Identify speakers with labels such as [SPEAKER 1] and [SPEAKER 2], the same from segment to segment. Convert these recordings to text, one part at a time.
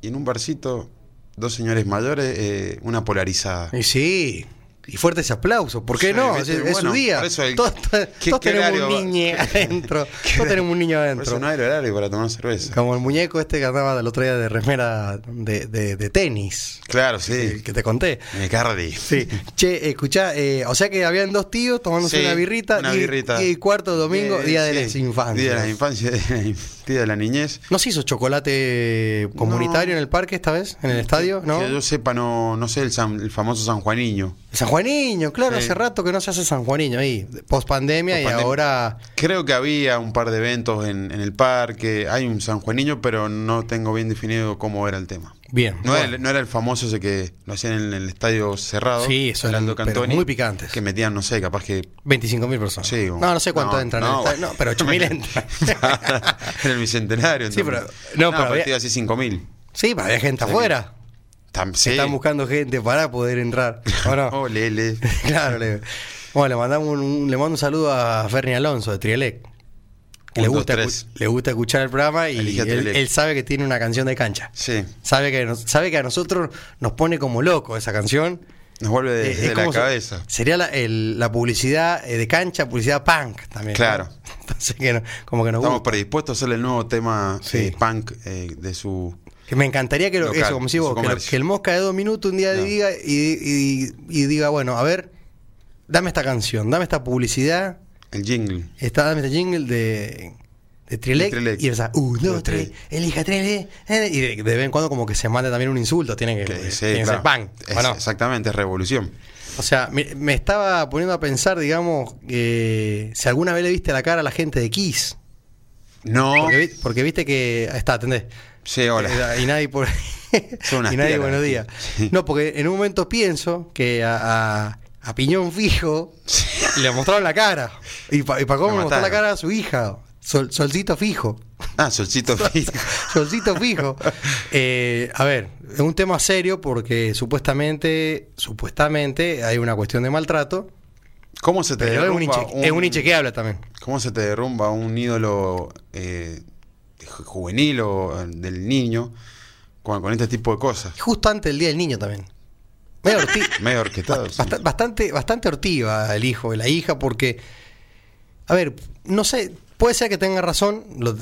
[SPEAKER 1] y en un barcito, dos señores mayores, eh, una polarizada.
[SPEAKER 2] Y sí. Y fuertes aplausos. ¿Por qué
[SPEAKER 1] Sí,
[SPEAKER 2] no?
[SPEAKER 1] viste,
[SPEAKER 2] es es
[SPEAKER 1] bueno,
[SPEAKER 2] su día.
[SPEAKER 1] por eso el-
[SPEAKER 2] todos todos-
[SPEAKER 1] ¿qué-
[SPEAKER 2] todos
[SPEAKER 1] qué
[SPEAKER 2] tenemos
[SPEAKER 1] horario
[SPEAKER 2] un
[SPEAKER 1] va-
[SPEAKER 2] niño adentro.
[SPEAKER 1] qué
[SPEAKER 2] todos
[SPEAKER 1] horario-
[SPEAKER 2] tenemos un niño
[SPEAKER 1] Por eso
[SPEAKER 2] adentro.
[SPEAKER 1] no hay horario para tomar cerveza.
[SPEAKER 2] Como el muñeco este que andaba el otro día de remera de, de- de tenis.
[SPEAKER 1] Claro,
[SPEAKER 2] El
[SPEAKER 1] sí. Eh,
[SPEAKER 2] que te conté.
[SPEAKER 1] Me cardí.
[SPEAKER 2] Sí. Che, escuchá, eh, o sea que habían dos tíos tomándose
[SPEAKER 1] Sí,
[SPEAKER 2] una birrita.
[SPEAKER 1] una
[SPEAKER 2] diez-
[SPEAKER 1] birrita.
[SPEAKER 2] diez Y, cuarto domingo,
[SPEAKER 1] Eh,
[SPEAKER 2] día de
[SPEAKER 1] sí,
[SPEAKER 2] las infancias.
[SPEAKER 1] Día de las infancias. asistida de la niñez.
[SPEAKER 2] ¿No se hizo chocolate comunitario
[SPEAKER 1] No.
[SPEAKER 2] en el parque esta vez? ¿En el estadio? ¿No?
[SPEAKER 1] Que yo sepa, no, no sé, el, san- el famoso San Juaniño.
[SPEAKER 2] San Juaniño, claro,
[SPEAKER 1] Sí.
[SPEAKER 2] hace rato que no se hace San Juaniño ahí, post pandemia y
[SPEAKER 1] Pospandemia.
[SPEAKER 2] ahora
[SPEAKER 1] Creo que había un par de eventos en, en el parque, hay un San Juaniño, pero no tengo bien definido cómo era el tema.
[SPEAKER 2] bien.
[SPEAKER 1] No,
[SPEAKER 2] Bueno,
[SPEAKER 1] era, el- no era el famoso ese que lo hacían en el estadio cerrado.
[SPEAKER 2] Sí, eso eran,
[SPEAKER 1] Heraldo
[SPEAKER 2] pero
[SPEAKER 1] Cantoni,
[SPEAKER 2] muy picantes.
[SPEAKER 1] Que metían, no sé, capaz que
[SPEAKER 2] 25.000 personas.
[SPEAKER 1] Sí,
[SPEAKER 2] no, no sé cuánto
[SPEAKER 1] no,
[SPEAKER 2] entran.
[SPEAKER 1] no.
[SPEAKER 2] en el estadio, No, pero 8.000 entran.
[SPEAKER 1] en el bicentenario.
[SPEAKER 2] Sí,
[SPEAKER 1] entonces.
[SPEAKER 2] pero- no, pero había-
[SPEAKER 1] partido así 5.000.
[SPEAKER 2] sí, pero había gente
[SPEAKER 1] Sí.
[SPEAKER 2] afuera.
[SPEAKER 1] Tam-
[SPEAKER 2] que
[SPEAKER 1] sí.
[SPEAKER 2] Están buscando gente para poder entrar. ¿o no?
[SPEAKER 1] Oh, lele.
[SPEAKER 2] claro, le, bueno, le, mandamos un, un- le mando un saludo a Ferni Alonso de Trielec. que le,
[SPEAKER 1] Un, dos,
[SPEAKER 2] gusta,
[SPEAKER 1] tres.
[SPEAKER 2] escu- le gusta escuchar el programa y
[SPEAKER 1] Elige a
[SPEAKER 2] él,
[SPEAKER 1] Trielec.
[SPEAKER 2] él sabe que tiene una canción de cancha.
[SPEAKER 1] Sí.
[SPEAKER 2] Sabe que, nos- sabe que a nosotros nos pone como locos esa canción.
[SPEAKER 1] Nos vuelve de,
[SPEAKER 2] Eh, es
[SPEAKER 1] de la
[SPEAKER 2] como se-
[SPEAKER 1] cabeza.
[SPEAKER 2] Sería la, el- la publicidad eh, de cancha, publicidad punk también. ¿no?
[SPEAKER 1] Claro.
[SPEAKER 2] Entonces, que no- como que nos
[SPEAKER 1] Estamos
[SPEAKER 2] gusta.
[SPEAKER 1] predispuestos a hacer el nuevo tema
[SPEAKER 2] Sí.
[SPEAKER 1] eh, punk eh, de su.
[SPEAKER 2] Que me encantaría que, lo-
[SPEAKER 1] Local,
[SPEAKER 2] eso, como si
[SPEAKER 1] en
[SPEAKER 2] vos,
[SPEAKER 1] su
[SPEAKER 2] que, lo-
[SPEAKER 1] comercio.
[SPEAKER 2] que el mosca de dos minutos un día
[SPEAKER 1] No.
[SPEAKER 2] diga y, y- y diga, bueno, a ver, dame esta canción, dame esta publicidad,
[SPEAKER 1] El jingle.
[SPEAKER 2] esta, dame este jingle de. De Trilec,
[SPEAKER 1] De Trilec.
[SPEAKER 2] y esa, un, dos,
[SPEAKER 1] Dos,
[SPEAKER 2] tres,
[SPEAKER 1] tres.
[SPEAKER 2] elija tres, eh, y de, de vez en cuando como que se manda también un insulto, tiene que,
[SPEAKER 1] Que, sí,
[SPEAKER 2] tiene que
[SPEAKER 1] claro.
[SPEAKER 2] ser punk, ¿o
[SPEAKER 1] Es-
[SPEAKER 2] no?
[SPEAKER 1] Exactamente, es revolución.
[SPEAKER 2] O sea, me, me estaba poniendo a pensar, digamos, eh, si alguna vez le viste la cara a la gente de Kiss.
[SPEAKER 1] No.
[SPEAKER 2] Porque, vi- porque viste que. ahí Está, atendés.
[SPEAKER 1] Sí, hola.
[SPEAKER 2] Eh, Y nadie por.
[SPEAKER 1] Son unas
[SPEAKER 2] y nadie,
[SPEAKER 1] piedras,
[SPEAKER 2] buenos
[SPEAKER 1] sí.
[SPEAKER 2] días.
[SPEAKER 1] Sí.
[SPEAKER 2] No, porque en un momento pienso que a, a- a Piñón Fijo le mostraron la cara. Y para cómo
[SPEAKER 1] Lo
[SPEAKER 2] le mostró la
[SPEAKER 1] mataron.
[SPEAKER 2] cara a su hija. Sol- solcito Fijo.
[SPEAKER 1] Ah, Solcito Fijo.
[SPEAKER 2] Solcito Fijo. Eh, a ver, es un tema serio porque supuestamente, supuestamente hay una cuestión de maltrato.
[SPEAKER 1] ¿Cómo se te
[SPEAKER 2] Pero es un,
[SPEAKER 1] derrumba
[SPEAKER 2] hinche, es un hinche que habla también.
[SPEAKER 1] ¿Cómo se te derrumba un ídolo eh, ju- juvenil o eh, del niño con, con este tipo de cosas?
[SPEAKER 2] Y Justo antes del Día del Niño también. Medio horti-
[SPEAKER 1] Medio orquestado. sí.
[SPEAKER 2] bast- bastante, bastante hortiva el hijo y la hija porque, a ver, no sé, puede ser que tenga razón, lo,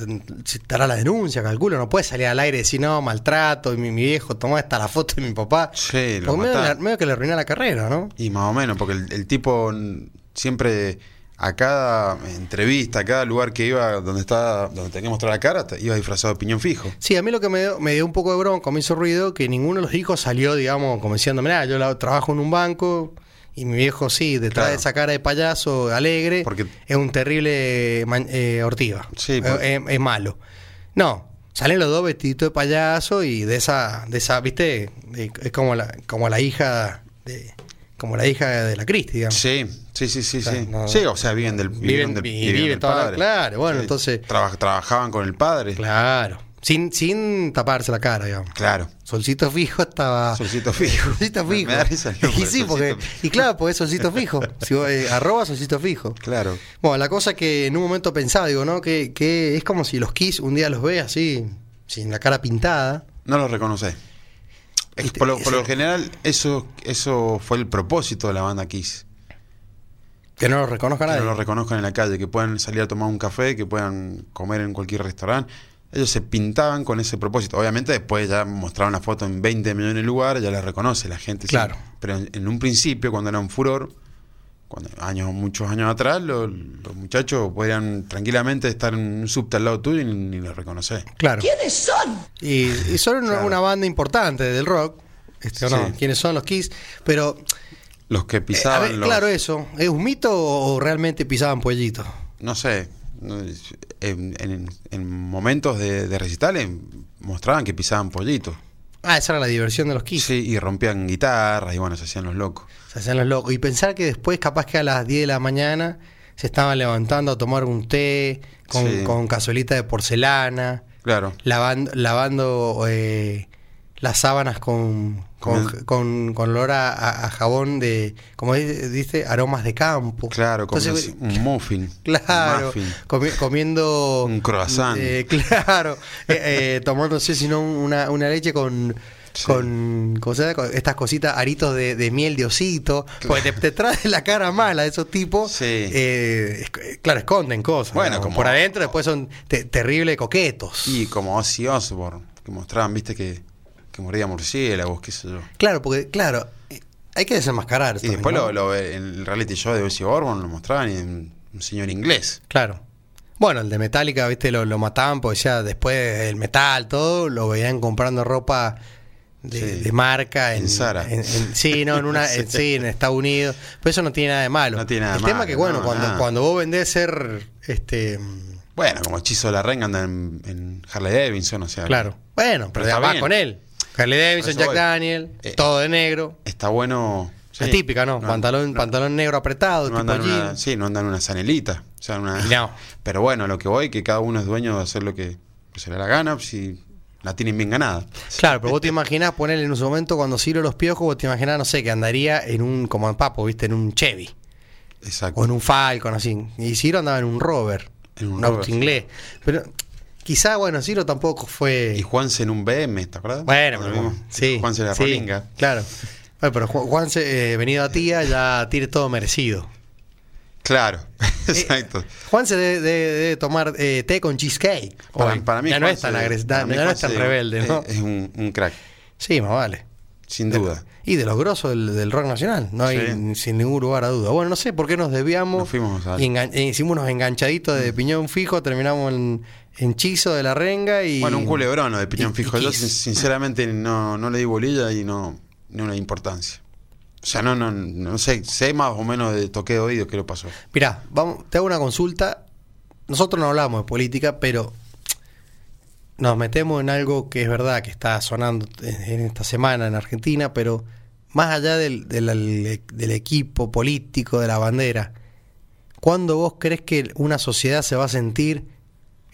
[SPEAKER 2] si estará la denuncia, calculo, no puede salir al aire y decir, no, maltrato, y mi, mi viejo, tomó hasta la foto de mi papá.
[SPEAKER 1] Sí, lo
[SPEAKER 2] Porque medio,
[SPEAKER 1] matá.
[SPEAKER 2] le- medio que le arruina la carrera, ¿no?
[SPEAKER 1] Y más o menos, porque el, el tipo mm, siempre a cada entrevista, a cada lugar que iba donde estaba, donde tenía que mostrar la cara, te- iba disfrazado de piñón fijo.
[SPEAKER 2] Sí, a mí lo que me dio, me dio un poco de bronca, me hizo ruido, que ninguno de los hijos salió, digamos, como diciendo, mirá, yo la- trabajo en un banco y mi viejo sí, detrás
[SPEAKER 1] Claro.
[SPEAKER 2] de esa cara de payaso alegre,
[SPEAKER 1] Porque-
[SPEAKER 2] es un terrible man- eh, ortiva,
[SPEAKER 1] Sí,
[SPEAKER 2] Eh,
[SPEAKER 1] porque-
[SPEAKER 2] es, es malo. No, salen los dos vestiditos de payaso y de esa, de esa viste, Eh, es como la, como la hija de... Como la hija de la Cristi, digamos.
[SPEAKER 1] Sí, sí, sí, sí,
[SPEAKER 2] Claro,
[SPEAKER 1] sí.
[SPEAKER 2] no.
[SPEAKER 1] Sí, o sea, viven del,
[SPEAKER 2] Viven-
[SPEAKER 1] del-
[SPEAKER 2] y
[SPEAKER 1] del
[SPEAKER 2] viven toda la- claro, bueno, entonces-
[SPEAKER 1] Traba- trabajaban con el padre. Claro.
[SPEAKER 2] Claro. Sin, sin taparse la cara, digamos. Solcito fijo estaba.
[SPEAKER 1] Solcito Fijo.
[SPEAKER 2] Solcito
[SPEAKER 1] Me-
[SPEAKER 2] fijo.
[SPEAKER 1] me da risa el nombre,
[SPEAKER 2] y sí, porque.
[SPEAKER 1] Solcito Fijo.
[SPEAKER 2] Y claro, porque es solcito fijo. Si vos, eh, arroba solcito fijo.
[SPEAKER 1] Claro.
[SPEAKER 2] Bueno, la cosa que en un momento pensaba, digo, ¿no? Que, que es como si los Kiss un día los ve así, sin la cara pintada.
[SPEAKER 1] No los reconocés. Es-
[SPEAKER 2] Y te-
[SPEAKER 1] por, lo, por lo
[SPEAKER 2] ese-
[SPEAKER 1] general, eso, eso fue el propósito de la banda Kiss.
[SPEAKER 2] Que no los reconozca
[SPEAKER 1] Que
[SPEAKER 2] nadie.
[SPEAKER 1] no los reconozcan en la calle, que puedan salir a tomar un café, que puedan comer en cualquier restaurante. Ellos se pintaban con ese propósito. Obviamente después ya mostraron la foto en 20 millones de lugares, ya la reconoce la gente. sí.
[SPEAKER 2] Claro.
[SPEAKER 1] Pero en, en un principio, cuando era un furor, cuando, años, muchos años atrás, los, los muchachos podían tranquilamente estar en un subte al lado tuyo y ni, ni los reconocés.
[SPEAKER 2] Claro. ¿Quiénes son? Y, y son una,
[SPEAKER 1] Claro.
[SPEAKER 2] una banda importante del rock. Este, ¿o
[SPEAKER 1] Sí.
[SPEAKER 2] no? ¿Quiénes son los Kiss? Pero.
[SPEAKER 1] Los que
[SPEAKER 2] eh, a
[SPEAKER 1] pisaban
[SPEAKER 2] ver,
[SPEAKER 1] los-
[SPEAKER 2] claro, eso. ¿Es un mito o realmente pisaban pollitos?
[SPEAKER 1] no sé, no, en, en- en momentos de, de recitales mostraban que pisaban pollitos.
[SPEAKER 2] Ah, esa era la diversión de los Kiss.
[SPEAKER 1] Sí, y rompían guitarras y bueno, se hacían los locos.
[SPEAKER 2] Se hacían los locos. Y pensar que después, capaz que a las 10 de la mañana, se estaban levantando a tomar un té con,
[SPEAKER 1] Sí.
[SPEAKER 2] con cazuelita de porcelana,
[SPEAKER 1] Claro.
[SPEAKER 2] lavando, lavando eh, las sábanas con, con,
[SPEAKER 1] Comen-
[SPEAKER 2] con- con olor a, a- a jabón de, como di- dice, aromas de campo.
[SPEAKER 1] Claro, mm, como
[SPEAKER 2] Entonces, eh,
[SPEAKER 1] si- un muffin.
[SPEAKER 2] Claro,
[SPEAKER 1] Un muffin.
[SPEAKER 2] comi- comiendo.
[SPEAKER 1] Un croissant.
[SPEAKER 2] eh, claro, eh, eh, tomando, no sé, sino una, una leche con.
[SPEAKER 1] Sí.
[SPEAKER 2] Con, ¿cómo se llama? Con estas cositas, aritos de, de miel de osito, porque te, te trae la cara mala de esos tipos.
[SPEAKER 1] Sí.
[SPEAKER 2] Eh, esc- eh, claro, esconden cosas.
[SPEAKER 1] Bueno,
[SPEAKER 2] ¿no?
[SPEAKER 1] como-
[SPEAKER 2] por adentro después son te- terrible coquetos.
[SPEAKER 1] Y como Ozzy Osbourne, que mostraban, viste, que, que moría murciélagos, qué sé yo.
[SPEAKER 2] Claro, porque, claro, eh, hay que desenmascarar.
[SPEAKER 1] Y
[SPEAKER 2] también,
[SPEAKER 1] después
[SPEAKER 2] ¿no?
[SPEAKER 1] lo, lo- en el reality show de Ozzy Osbourne lo mostraban y un, un señor inglés.
[SPEAKER 2] Claro. Bueno, el de Metallica, viste, lo, lo mataban porque ya después del metal, todo, lo veían comprando ropa de,
[SPEAKER 1] Sí.
[SPEAKER 2] de marca.
[SPEAKER 1] En Zara.
[SPEAKER 2] en- en- sí, no, en una, en- sí, en Estados Unidos. Pero eso no tiene nada de malo.
[SPEAKER 1] No tiene nada
[SPEAKER 2] el
[SPEAKER 1] de
[SPEAKER 2] tema
[SPEAKER 1] malo,
[SPEAKER 2] que, bueno,
[SPEAKER 1] no,
[SPEAKER 2] cuando,
[SPEAKER 1] nada.
[SPEAKER 2] cuando vos vendés ser, este, mm,
[SPEAKER 1] Bueno, como hechizo de la renga anda en, en Harley Davidson, o sea.
[SPEAKER 2] claro. Bueno, pero,
[SPEAKER 1] Pero está
[SPEAKER 2] vas
[SPEAKER 1] bien.
[SPEAKER 2] con él. Harley Davidson,
[SPEAKER 1] eso
[SPEAKER 2] Jack
[SPEAKER 1] voy.
[SPEAKER 2] Daniel,
[SPEAKER 1] Eh,
[SPEAKER 2] todo de negro.
[SPEAKER 1] Está bueno.
[SPEAKER 2] La
[SPEAKER 1] sí.
[SPEAKER 2] típica, ¿no? pantalón, pantalón negro apretado, tipo
[SPEAKER 1] No andan en una-
[SPEAKER 2] jean.
[SPEAKER 1] sí, no andan en una sanelita. O sea, en una-
[SPEAKER 2] No.
[SPEAKER 1] Pero bueno, lo que voy, que cada uno es dueño de hacer lo que se le da la gana, pues, si la tienen bien ganada.
[SPEAKER 2] Claro, pero vos
[SPEAKER 1] Este-
[SPEAKER 2] te imaginás ponerle en su momento cuando Ciro los piojos, vos te imaginás, no sé, que andaría en un, como en Papo, viste, en un Chevy
[SPEAKER 1] Exacto.
[SPEAKER 2] o en un Falcon, así. Y Ciro andaba en un Rover,
[SPEAKER 1] En un
[SPEAKER 2] un auto
[SPEAKER 1] Rover, sí.
[SPEAKER 2] inglés. Pero quizá, bueno, Ciro tampoco fue.
[SPEAKER 1] Y Juanse en un BM, ¿te acuerdas?
[SPEAKER 2] bueno,
[SPEAKER 1] Cuando
[SPEAKER 2] pero
[SPEAKER 1] vimos
[SPEAKER 2] sí.
[SPEAKER 1] Juanse en la
[SPEAKER 2] sí,
[SPEAKER 1] rolinga.
[SPEAKER 2] Claro. Bueno, pero Ju- Juan, se- eh, venido a tía, ya tiene todo merecido.
[SPEAKER 1] Claro,
[SPEAKER 2] Eh,
[SPEAKER 1] exacto.
[SPEAKER 2] Juan se debe, debe- debe tomar eh, té con cheesecake.
[SPEAKER 1] Para,
[SPEAKER 2] Hoy.
[SPEAKER 1] para mí
[SPEAKER 2] ya no es
[SPEAKER 1] Juanse-
[SPEAKER 2] tan agresivo,
[SPEAKER 1] para
[SPEAKER 2] ya
[SPEAKER 1] mí
[SPEAKER 2] no es tan
[SPEAKER 1] Juanse
[SPEAKER 2] rebelde, ¿no?
[SPEAKER 1] Es, es un, un crack,
[SPEAKER 2] sí, más vale.
[SPEAKER 1] sin
[SPEAKER 2] De-
[SPEAKER 1] duda.
[SPEAKER 2] Y de los grosos del, del rock nacional, no hay
[SPEAKER 1] Sí.
[SPEAKER 2] n- sin ningún lugar a duda. Bueno, no sé por qué nos desviamos.
[SPEAKER 1] Nos fuimos Mm. a-
[SPEAKER 2] y engan- e hicimos unos enganchaditos de piñón fijo, terminamos en, en Chizo de la Renga y.
[SPEAKER 1] Bueno, un culebrón de piñón
[SPEAKER 2] y-
[SPEAKER 1] fijo.
[SPEAKER 2] y
[SPEAKER 1] Yo
[SPEAKER 2] Kiss.
[SPEAKER 1] sin- sinceramente no, no le di bolilla y no, no una importancia. O sea, no, no, no sé, sé más o menos de toque de oído que lo pasó.
[SPEAKER 2] Mirá, vamos, te hago una consulta. Nosotros no hablamos de política, pero nos metemos en algo que es verdad que está sonando en, en esta semana en Argentina, pero más allá del, del- del equipo político, de la bandera, ¿cuándo vos crees que una sociedad se va a sentir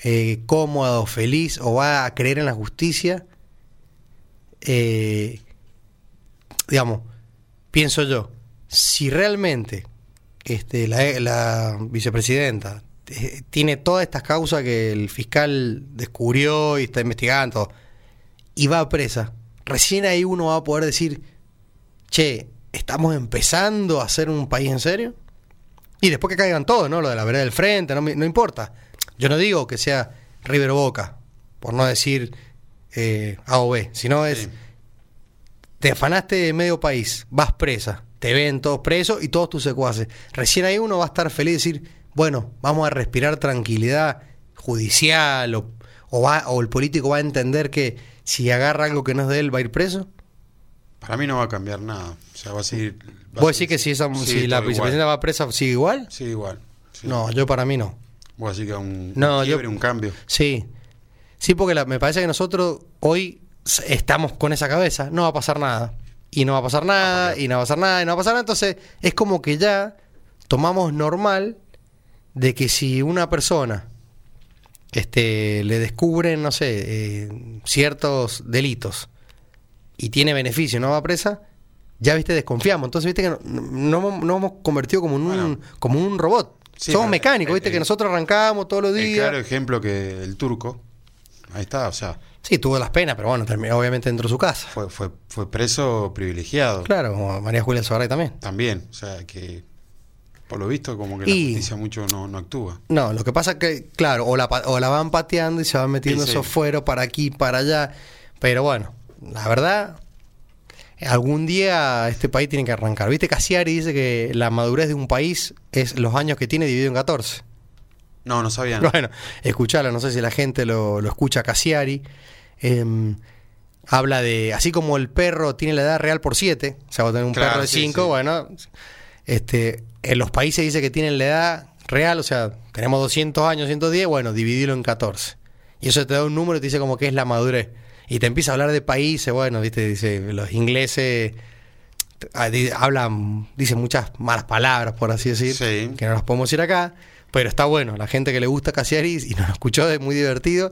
[SPEAKER 2] eh, cómoda o feliz o va a creer en la justicia? Eh, digamos, pienso yo, si realmente este, la, la vicepresidenta eh, tiene todas estas causas que el fiscal descubrió y está investigando y va presa, recién ahí uno va a poder decir, che, estamos empezando a ser un país en serio. Y después que caigan todos, ¿no? Lo de la vereda del frente, no, me- no importa. Yo no digo que sea River o Boca, por no decir eh, A o B, sino es te afanaste de medio país, vas presa, te ven todos presos y todos tus secuaces. Recién ahí uno va a estar feliz y decir, bueno, vamos a respirar tranquilidad judicial o, o va, o el político va a entender que si agarra algo que no es de él va a ir preso.
[SPEAKER 1] Para mí no va a cambiar nada. O sea, va a seguir. va a
[SPEAKER 2] ¿Vos decís
[SPEAKER 1] seguir-
[SPEAKER 2] que si, esa,
[SPEAKER 1] sigue
[SPEAKER 2] si la
[SPEAKER 1] todo igual.
[SPEAKER 2] vicepresidenta va presa sigue igual?
[SPEAKER 1] Sí, igual. Sí.
[SPEAKER 2] No, yo para mí no.
[SPEAKER 1] Vos decís que un,
[SPEAKER 2] No,
[SPEAKER 1] un
[SPEAKER 2] yo-
[SPEAKER 1] quiebre, un cambio.
[SPEAKER 2] Sí. Sí, porque la- me parece que nosotros hoy s- estamos con esa cabeza. No va a pasar nada. Y no va a pasar
[SPEAKER 1] Ah,
[SPEAKER 2] nada, y no va a pasar nada, y no va a pasar nada. Entonces, es como que ya tomamos normal de que si una persona este, le descubren, no sé, eh, ciertos delitos y tiene beneficio y no va a presa, ya viste, desconfiamos. Entonces, viste que no, no- no hemos convertido como en un,
[SPEAKER 1] Bueno.
[SPEAKER 2] como en un robot.
[SPEAKER 1] Sí,
[SPEAKER 2] Somos
[SPEAKER 1] pero
[SPEAKER 2] mecánicos,
[SPEAKER 1] el-
[SPEAKER 2] viste,
[SPEAKER 1] el-
[SPEAKER 2] que nosotros arrancamos todos los
[SPEAKER 1] El
[SPEAKER 2] días.
[SPEAKER 1] claro ejemplo que el turco. Ahí está, o sea,
[SPEAKER 2] Sí, tuvo las penas, pero bueno, terminó, obviamente dentro de su casa.
[SPEAKER 1] fue, fue, fue preso privilegiado.
[SPEAKER 2] Claro, como María Julia Sobarray también.
[SPEAKER 1] También, o sea, que por lo visto como que
[SPEAKER 2] Y-
[SPEAKER 1] la justicia mucho no, no actúa.
[SPEAKER 2] No, lo que pasa que, claro, o la, pa- o la van pateando y se van metiendo
[SPEAKER 1] Y sí.
[SPEAKER 2] esos fueros para aquí, para allá. Pero bueno, la verdad, algún día este país tiene que arrancar. Viste, Casiari dice que la madurez de un país es los años que tiene dividido en 14.
[SPEAKER 1] No, no sabían.
[SPEAKER 2] Bueno, escucharlo, no sé si la gente lo, lo escucha Casiari. Em, habla de, así como el perro tiene la edad real por 7, o sea, vos tenés un
[SPEAKER 1] Claro,
[SPEAKER 2] perro de
[SPEAKER 1] sí,
[SPEAKER 2] 5,
[SPEAKER 1] sí.
[SPEAKER 2] bueno, este, en los países dice que tienen la edad real, o sea, tenemos 200 años, 110, bueno, dividilo en 14. Y eso te da un número y te dice como que es la madurez. Y te empieza a hablar de países, bueno, viste, dice, los ingleses ah, di- hablan, dicen muchas malas palabras, por así decir,
[SPEAKER 1] Sí.
[SPEAKER 2] que no las podemos decir acá, pero está bueno, la gente que le gusta Casiari y nos lo escuchó es muy divertido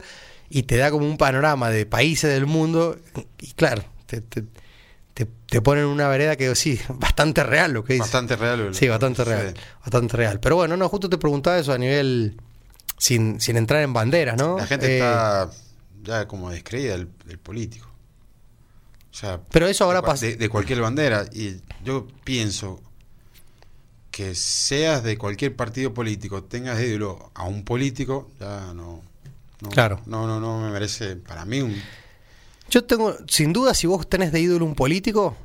[SPEAKER 2] y te da como un panorama de países del mundo y claro, te, te, te, te ponen en una vereda que sí, bastante real lo que dice.
[SPEAKER 1] Bastante real. lo-
[SPEAKER 2] Sí, bastante
[SPEAKER 1] lo que
[SPEAKER 2] real.
[SPEAKER 1] sucede.
[SPEAKER 2] Bastante real. Pero bueno, no, justo te preguntaba eso a nivel. Sin, sin entrar en banderas, ¿no?
[SPEAKER 1] La gente
[SPEAKER 2] Eh,
[SPEAKER 1] está ya como descreída del, del político. O sea,
[SPEAKER 2] Pero eso ahora
[SPEAKER 1] de cua-
[SPEAKER 2] pasa.
[SPEAKER 1] De, de cualquier bandera. Y yo pienso que seas de cualquier partido político, tengas de ídolo a un político, ya no. no-
[SPEAKER 2] Claro.
[SPEAKER 1] No, no, no me merece para mí un.
[SPEAKER 2] Yo tengo. Sin duda, si vos tenés de ídolo un político,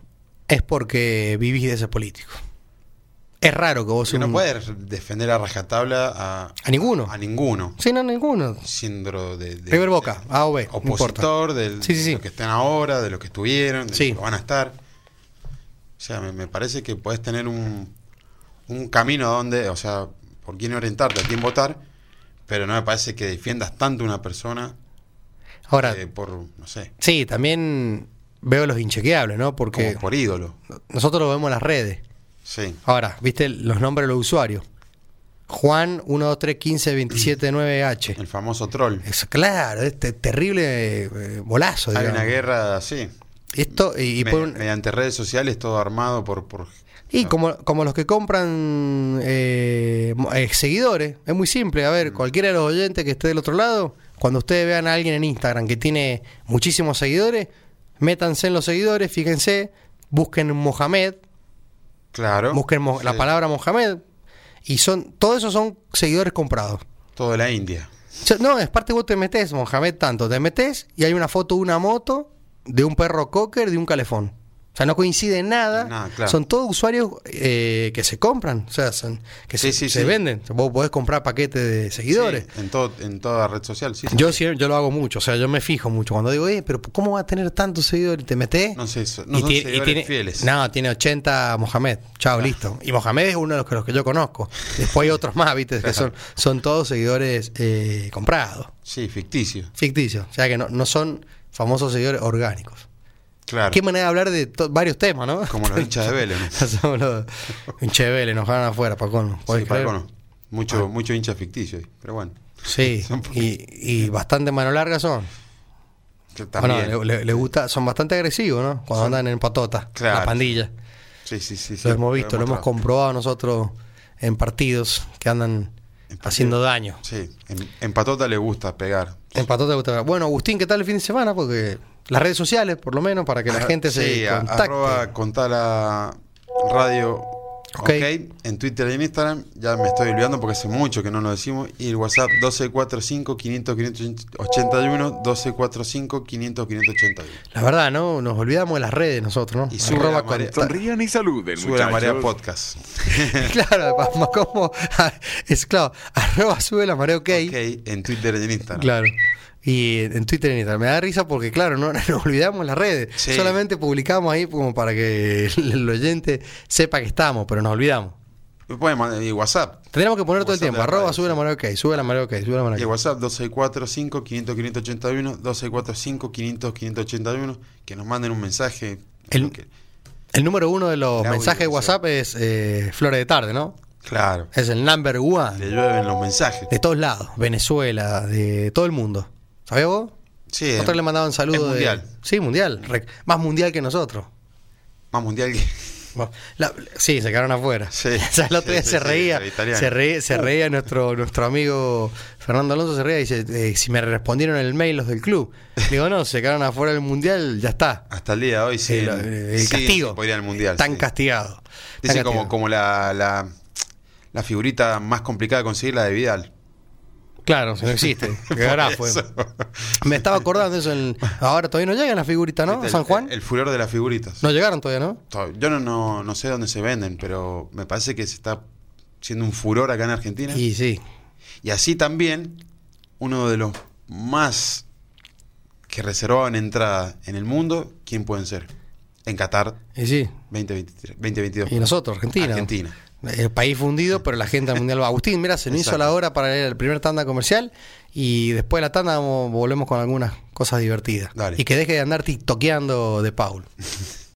[SPEAKER 2] es porque vivís de ese político. Es raro que vos
[SPEAKER 1] Porque
[SPEAKER 2] un-
[SPEAKER 1] no puedes defender a rajatabla a,
[SPEAKER 2] A ninguno.
[SPEAKER 1] a ninguno.
[SPEAKER 2] Sí, no, ninguno.
[SPEAKER 1] Siendo de, de-
[SPEAKER 2] River Boca, A o B, no
[SPEAKER 1] Opositor del,
[SPEAKER 2] Sí, sí,
[SPEAKER 1] de
[SPEAKER 2] sí.
[SPEAKER 1] los que están ahora, de los que estuvieron, de
[SPEAKER 2] Sí.
[SPEAKER 1] los que van a estar. O sea, me, me parece que puedes tener un, un camino a donde, o sea, por quién orientarte, a quién votar, pero no me parece que defiendas tanto una persona
[SPEAKER 2] Ahora,
[SPEAKER 1] eh, por, no sé,
[SPEAKER 2] sí, también veo los inchequeables, ¿no? Porque
[SPEAKER 1] como por ídolo.
[SPEAKER 2] nosotros lo vemos en las redes.
[SPEAKER 1] Sí.
[SPEAKER 2] Ahora, viste los nombres de los usuarios. Juan 123152799H.
[SPEAKER 1] El famoso troll.
[SPEAKER 2] Es claro, este terrible eh, bolazo.
[SPEAKER 1] Hay
[SPEAKER 2] digamos.
[SPEAKER 1] una guerra así.
[SPEAKER 2] Esto y, y
[SPEAKER 1] Me-
[SPEAKER 2] por un-
[SPEAKER 1] Mediante redes sociales, todo armado por. por Ah.
[SPEAKER 2] y como, como los que compran eh, mo- eh, seguidores, es muy simple. A
[SPEAKER 1] Mm.
[SPEAKER 2] ver, cualquiera de los oyentes que esté del otro lado, cuando ustedes vean a alguien en Instagram que tiene muchísimos seguidores, métanse en los seguidores, fíjense, busquen Mohamed,
[SPEAKER 1] claro.
[SPEAKER 2] busquen mo- la
[SPEAKER 1] Sí.
[SPEAKER 2] palabra Mohamed, y son todos esos son seguidores comprados.
[SPEAKER 1] Todo la India.
[SPEAKER 2] O sea, No, es parte vos te metes, Mohamed, tanto. Te metes y hay una foto de una moto, de un perro cocker, de un calefón. O sea, no coincide en nada.
[SPEAKER 1] Nada, claro.
[SPEAKER 2] Son todos usuarios eh, que se compran, o sea, son- que
[SPEAKER 1] Sí,
[SPEAKER 2] se,
[SPEAKER 1] sí,
[SPEAKER 2] se
[SPEAKER 1] sí.
[SPEAKER 2] venden. Vos podés comprar paquetes de seguidores.
[SPEAKER 1] Sí, en, todo, en toda red social, sí. sí.
[SPEAKER 2] Yo sí, yo lo hago mucho, o sea, yo me fijo mucho. Cuando digo, eh, pero ¿cómo va a tener tantos seguidores? ¿Te metes?
[SPEAKER 1] No sé, so- no son
[SPEAKER 2] tiene-
[SPEAKER 1] seguidores
[SPEAKER 2] tiene,
[SPEAKER 1] fieles. Ah.
[SPEAKER 2] No, tiene 80 Mohamed. Chao, listo. Y Mohamed es uno de los que, los que yo conozco. Después hay otros más, ¿viste? Que son, son todos seguidores eh, comprados.
[SPEAKER 1] Sí, ficticio.
[SPEAKER 2] Ficticio, o sea que no, no son famosos seguidores orgánicos.
[SPEAKER 1] Claro.
[SPEAKER 2] Qué manera de hablar de to- varios temas, ¿no?
[SPEAKER 1] Como los hinchas de Vélez. ¿no?
[SPEAKER 2] Somos los- hinche de Vélez, nos ganan afuera, Pacono.
[SPEAKER 1] Sí, Paco, no.
[SPEAKER 2] Ah.
[SPEAKER 1] Mucho, mucho hincha ficticio. ahí, Pero bueno.
[SPEAKER 2] Sí,
[SPEAKER 1] Son porque-
[SPEAKER 2] y, y bastante mano larga son.
[SPEAKER 1] que
[SPEAKER 2] Bueno,
[SPEAKER 1] también.
[SPEAKER 2] le, le- le gusta, son bastante agresivos, ¿no? Cuando andan en patota,
[SPEAKER 1] Claro.
[SPEAKER 2] la pandilla.
[SPEAKER 1] sí, sí, sí, sí,
[SPEAKER 2] lo hemos visto, lo hemos
[SPEAKER 1] mostrado.
[SPEAKER 2] comprobado nosotros en partidos que andan haciendo daño.
[SPEAKER 1] Sí, en, en Patota le gusta pegar.
[SPEAKER 2] En patota gusta. Bueno, Agustín, ¿qué tal el fin de semana? Porque las redes sociales, por lo menos, para que la
[SPEAKER 1] Ah,
[SPEAKER 2] gente
[SPEAKER 1] sí,
[SPEAKER 2] se
[SPEAKER 1] a-
[SPEAKER 2] contacte.
[SPEAKER 1] arroba contá la radio.
[SPEAKER 2] Ok.
[SPEAKER 1] Ok. en Twitter y en Instagram, ya me estoy olvidando porque hace mucho que no lo decimos. Y el WhatsApp 1245-500-581, 1245-500-581.
[SPEAKER 2] La verdad, ¿no? Nos olvidamos de las redes nosotros, ¿no?
[SPEAKER 1] Y sube
[SPEAKER 2] Arroba
[SPEAKER 1] la marea-
[SPEAKER 2] conta-
[SPEAKER 3] Sonrían y saluden,
[SPEAKER 1] Sube la marea
[SPEAKER 3] muchachos.
[SPEAKER 1] podcast.
[SPEAKER 2] Claro, vamos como... Es claro, arroba sube la marea ok.
[SPEAKER 1] Ok, en Twitter y en Instagram.
[SPEAKER 2] Claro. Y en Twitter y en Instagram. Me da risa porque, claro, no nos olvidamos las redes.
[SPEAKER 1] Sí.
[SPEAKER 2] Solamente publicamos ahí como para que el oyente sepa que estamos, pero nos olvidamos.
[SPEAKER 1] Me pueden mandar- y WhatsApp.
[SPEAKER 2] Tendríamos que poner todo el
[SPEAKER 1] WhatsApp de
[SPEAKER 2] tiempo.
[SPEAKER 1] la
[SPEAKER 2] Arroba
[SPEAKER 1] radio,
[SPEAKER 2] sube la
[SPEAKER 1] sí.
[SPEAKER 2] marea ok, sube la marea ok, sube la marea
[SPEAKER 1] Y
[SPEAKER 2] ok.
[SPEAKER 1] el WhatsApp 2645-500-581, 2645-500-581. Que nos manden un mensaje.
[SPEAKER 2] El-
[SPEAKER 1] Que-
[SPEAKER 2] El número uno de los
[SPEAKER 1] El audio,
[SPEAKER 2] mensajes de
[SPEAKER 1] sí.
[SPEAKER 2] WhatsApp es eh, Flores de Tarde, ¿no?
[SPEAKER 1] claro.
[SPEAKER 2] Es el number
[SPEAKER 1] Le
[SPEAKER 2] one.
[SPEAKER 1] llueven los mensajes.
[SPEAKER 2] De todos lados. Venezuela, de todo el mundo. ¿Sabés vos?
[SPEAKER 1] Sí,
[SPEAKER 2] Nosotros le mandaban saludos.
[SPEAKER 1] es mundial.
[SPEAKER 2] de- sí, mundial. Re- Más mundial que nosotros.
[SPEAKER 1] Más mundial que.
[SPEAKER 2] Bueno, la- sí, se quedaron afuera.
[SPEAKER 1] Sí,
[SPEAKER 2] O sea, el otro día
[SPEAKER 1] sí,
[SPEAKER 2] se,
[SPEAKER 1] sí,
[SPEAKER 2] reía,
[SPEAKER 1] el italiano.
[SPEAKER 2] se reía. Se reía nuestro, nuestro amigo Fernando Alonso. Se reía y dice: eh, Si me respondieron el mail los del club. Le Digo, no, se quedaron afuera del mundial, ya está.
[SPEAKER 1] Hasta el día de hoy sí.
[SPEAKER 2] el, el castigo.
[SPEAKER 1] Podría al mundial.
[SPEAKER 2] Tan
[SPEAKER 1] sí.
[SPEAKER 2] castigado. Tan
[SPEAKER 1] Dice
[SPEAKER 2] castigado.
[SPEAKER 1] como, como la, la, la figurita más complicada de conseguir, la de Vidal.
[SPEAKER 2] Claro, si no existe. Que ahora Ah, fue.
[SPEAKER 1] Eso.
[SPEAKER 2] Me estaba acordando eso. en- ahora todavía no llegan las figuritas, ¿Ah, ¿no?
[SPEAKER 1] Este, el-
[SPEAKER 2] San Juan.
[SPEAKER 1] El, furor de las figuritas.
[SPEAKER 2] No llegaron todavía, ¿no?
[SPEAKER 1] To- Yo no, no, no sé dónde se venden, pero me parece que se está siendo un furor acá en Argentina.
[SPEAKER 2] Y sí.
[SPEAKER 1] Y así también, uno de los más que reservaban entrada en el mundo, ¿quién pueden ser? En Qatar
[SPEAKER 2] Y sí.
[SPEAKER 1] 2023, 2022.
[SPEAKER 2] Y nosotros, Argentina.
[SPEAKER 1] Argentina.
[SPEAKER 2] El país fundido, pero la gente al mundial va. Agustín, mira, se nos hizo
[SPEAKER 1] Exacto.
[SPEAKER 2] la hora para ir a la primera tanda comercial y después de la tanda vamos- volvemos con algunas cosas divertidas.
[SPEAKER 1] Dale.
[SPEAKER 2] Y que deje de andar tiktokeando de Paul.